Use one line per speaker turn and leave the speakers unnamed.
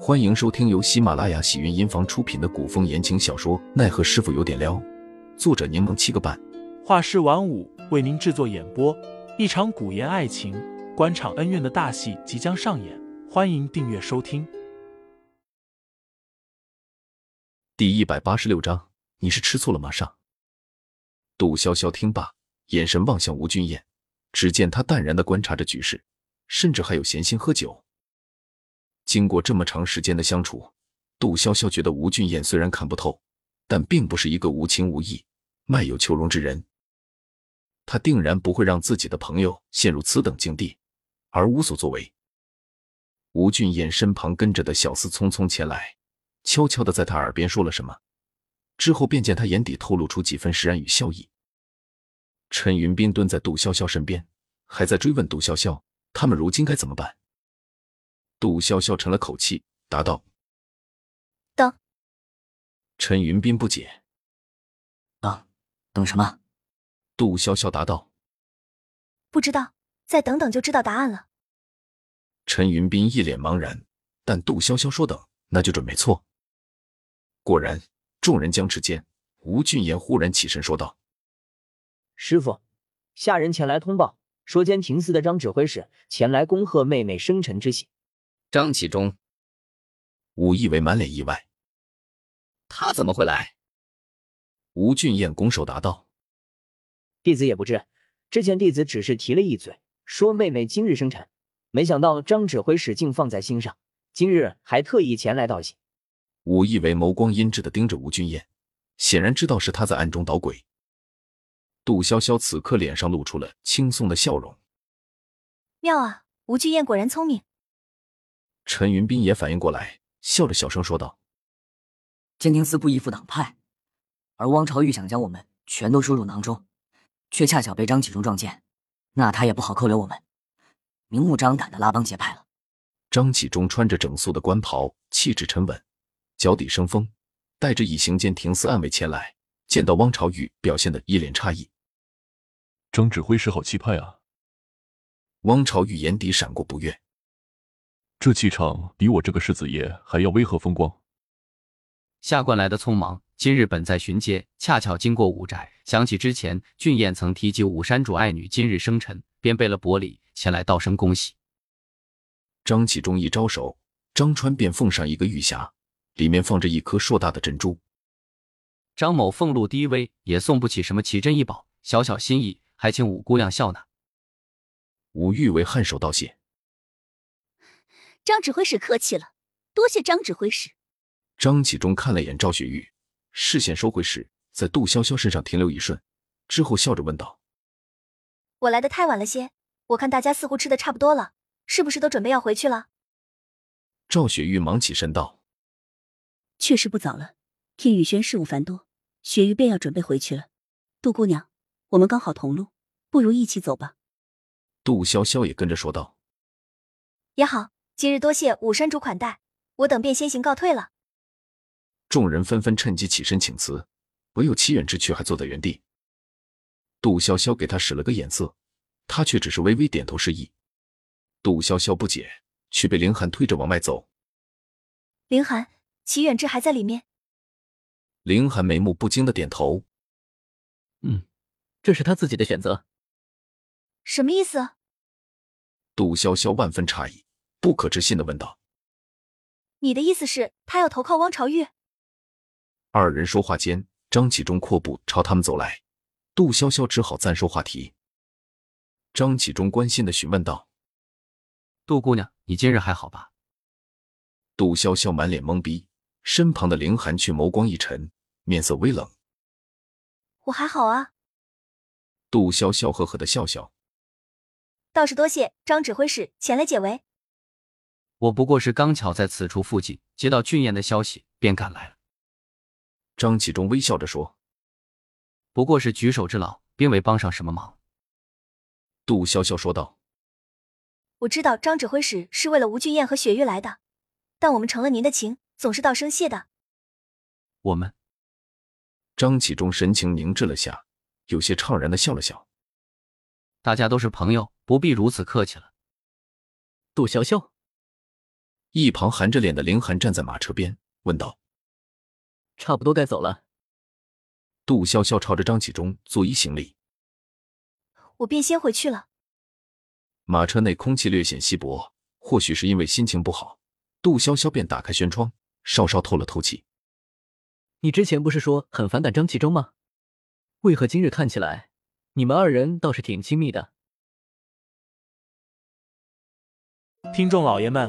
欢迎收听由喜马拉雅喜云音房出品的古风言情小说《奈何师傅有点撩》，作者柠檬七个半，
画师晚舞为您制作演播。一场古言爱情、官场恩怨的大戏即将上演，欢迎订阅收听。
第一百八十六章，你是吃醋了吗？上。杜潇潇听罢，眼神望向吴君燕，只见她淡然的观察着局势，甚至还有闲心喝酒。经过这么长时间的相处，杜潇潇觉得吴俊彦虽然看不透，但并不是一个无情无义、卖友求荣之人。他定然不会让自己的朋友陷入此等境地而无所作为。吴俊彦身旁跟着的小厮匆匆前来，悄悄的在他耳边说了什么，之后便见他眼底透露出几分释然与笑意。陈云斌蹲在杜潇潇身边，还在追问杜潇潇他们如今该怎么办。杜潇潇沉了口气，答道：“
等。”
陈云斌不解，
等等什么？
杜潇潇答道
不知道，再等等就知道答案了。：“
陈云斌一脸茫然，但杜潇潇说等，那就准没错。”果然，众人僵持间，吴俊言忽然起身说道
师傅，下人前来通报，说监亭司的张指挥使前来恭贺妹妹生辰之喜。
张启忠，：“
武义为满脸意外。
他怎么会来？”
吴俊彦拱手答道
弟子也不知，之前弟子只是提了一嘴，说妹妹今日生辰，没想到张指挥使竟放在心上，今日还特意前来道喜。：“
武义为眸光阴鸷的盯着吴俊彦，显然知道是他在暗中捣鬼。”杜潇潇此刻脸上露出了轻松的笑容。
妙啊，吴俊彦果然聪明。
陈云斌也反应过来，笑着小声说道。
监听司不依附党派，而汪朝玉想将我们全都收入囊中，却恰巧被张启忠撞见，那他也不好扣留我们，明目张胆的拉帮结派了。
张启忠穿着整素的官袍，气质沉稳，脚底生风，带着以行监亭司暗卫前来，见到汪朝玉，表现得一脸诧异。
张指挥使好气派啊！
汪朝玉眼底闪过不悦，
这气场比我这个世子爷还要威和风光。
下官来的匆忙，今日本在巡街，恰巧经过五宅，想起之前俊彦曾提及武山主爱女今日生辰，便备了薄礼前来道声恭喜。
张启忠一招手，张川便奉上一个玉匣，里面放着一颗硕大的珍珠。
张某俸禄低微，也送不起什么奇珍异宝，小小心意，还请五姑娘笑纳。
吴玉为颔首道谢。
张指挥使客气了，多谢张指挥使。
张启忠看了眼赵雪玉，视线收回时，在杜潇潇身上停留一瞬，之后笑着问道
我来的太晚了些，我看大家似乎吃的差不多了，是不是都准备要回去了？：“
赵雪玉忙起身道，
确实不早了，听雨轩事务繁多，雪玉便要准备回去了。杜姑娘，我们刚好同路，不如一起走吧。
杜潇潇也跟着说道。”
也好，今日多谢武山主款待，我等便先行告退了。
众人纷纷趁机起身请辞，唯有齐远之却还坐在原地。杜潇潇给他使了个眼色，他却只是微微点头示意。杜潇潇不解，却被凌寒推着往外走。
凌寒、齐远之还在里面，
凌寒眉目不惊的点头，
这是他自己的选择。
什么意思？啊
杜潇潇万分诧异，不可置信的问道。
你的意思是，他要投靠汪朝玉？
二人说话间，张启忠阔步朝他们走来，杜潇潇只好暂收话题。张启忠关心的询问道，
杜姑娘，你今日还好吧？
杜潇潇满脸懵逼，身旁的凌寒却眸光一沉，面色微冷。
我还好啊，
杜潇潇呵呵的笑笑。
倒是多谢张指挥使前来解围。
我不过是刚巧在此处附近接到俊彦的消息，便赶来了。
张启忠微笑着说
不过是举手之劳，并未帮上什么忙。：“
杜潇潇说道。
我知道张指挥使是为了吴俊彦和雪玉来的，但我们成了您的情，总是道声谢的。
我们”
张启忠神情凝滞了下，有些怅然的笑了笑。
大家都是朋友，不必如此客气了。
杜潇潇，
一旁含着脸的凌寒站在马车边，问道
差不多该走了。：“
杜潇潇朝着张启忠作揖行礼。
我便先回去了。”
马车内空气略显稀薄，或许是因为心情不好，杜潇潇便打开轩窗，稍稍透了透气。
你之前不是说很反感张启忠吗？为何今日看起来，你们二人倒是挺亲密的？
听众老爷们，